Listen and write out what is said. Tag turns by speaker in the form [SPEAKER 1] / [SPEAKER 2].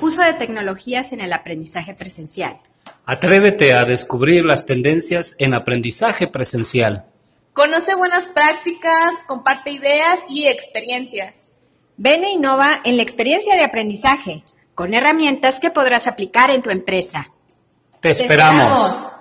[SPEAKER 1] uso de tecnologías en el aprendizaje presencial.
[SPEAKER 2] Atrévete a descubrir las tendencias en aprendizaje presencial.
[SPEAKER 3] Conoce buenas prácticas, comparte ideas y experiencias.
[SPEAKER 4] Ven e innova en la experiencia de aprendizaje
[SPEAKER 1] con herramientas que podrás aplicar en tu empresa.
[SPEAKER 2] Te esperamos.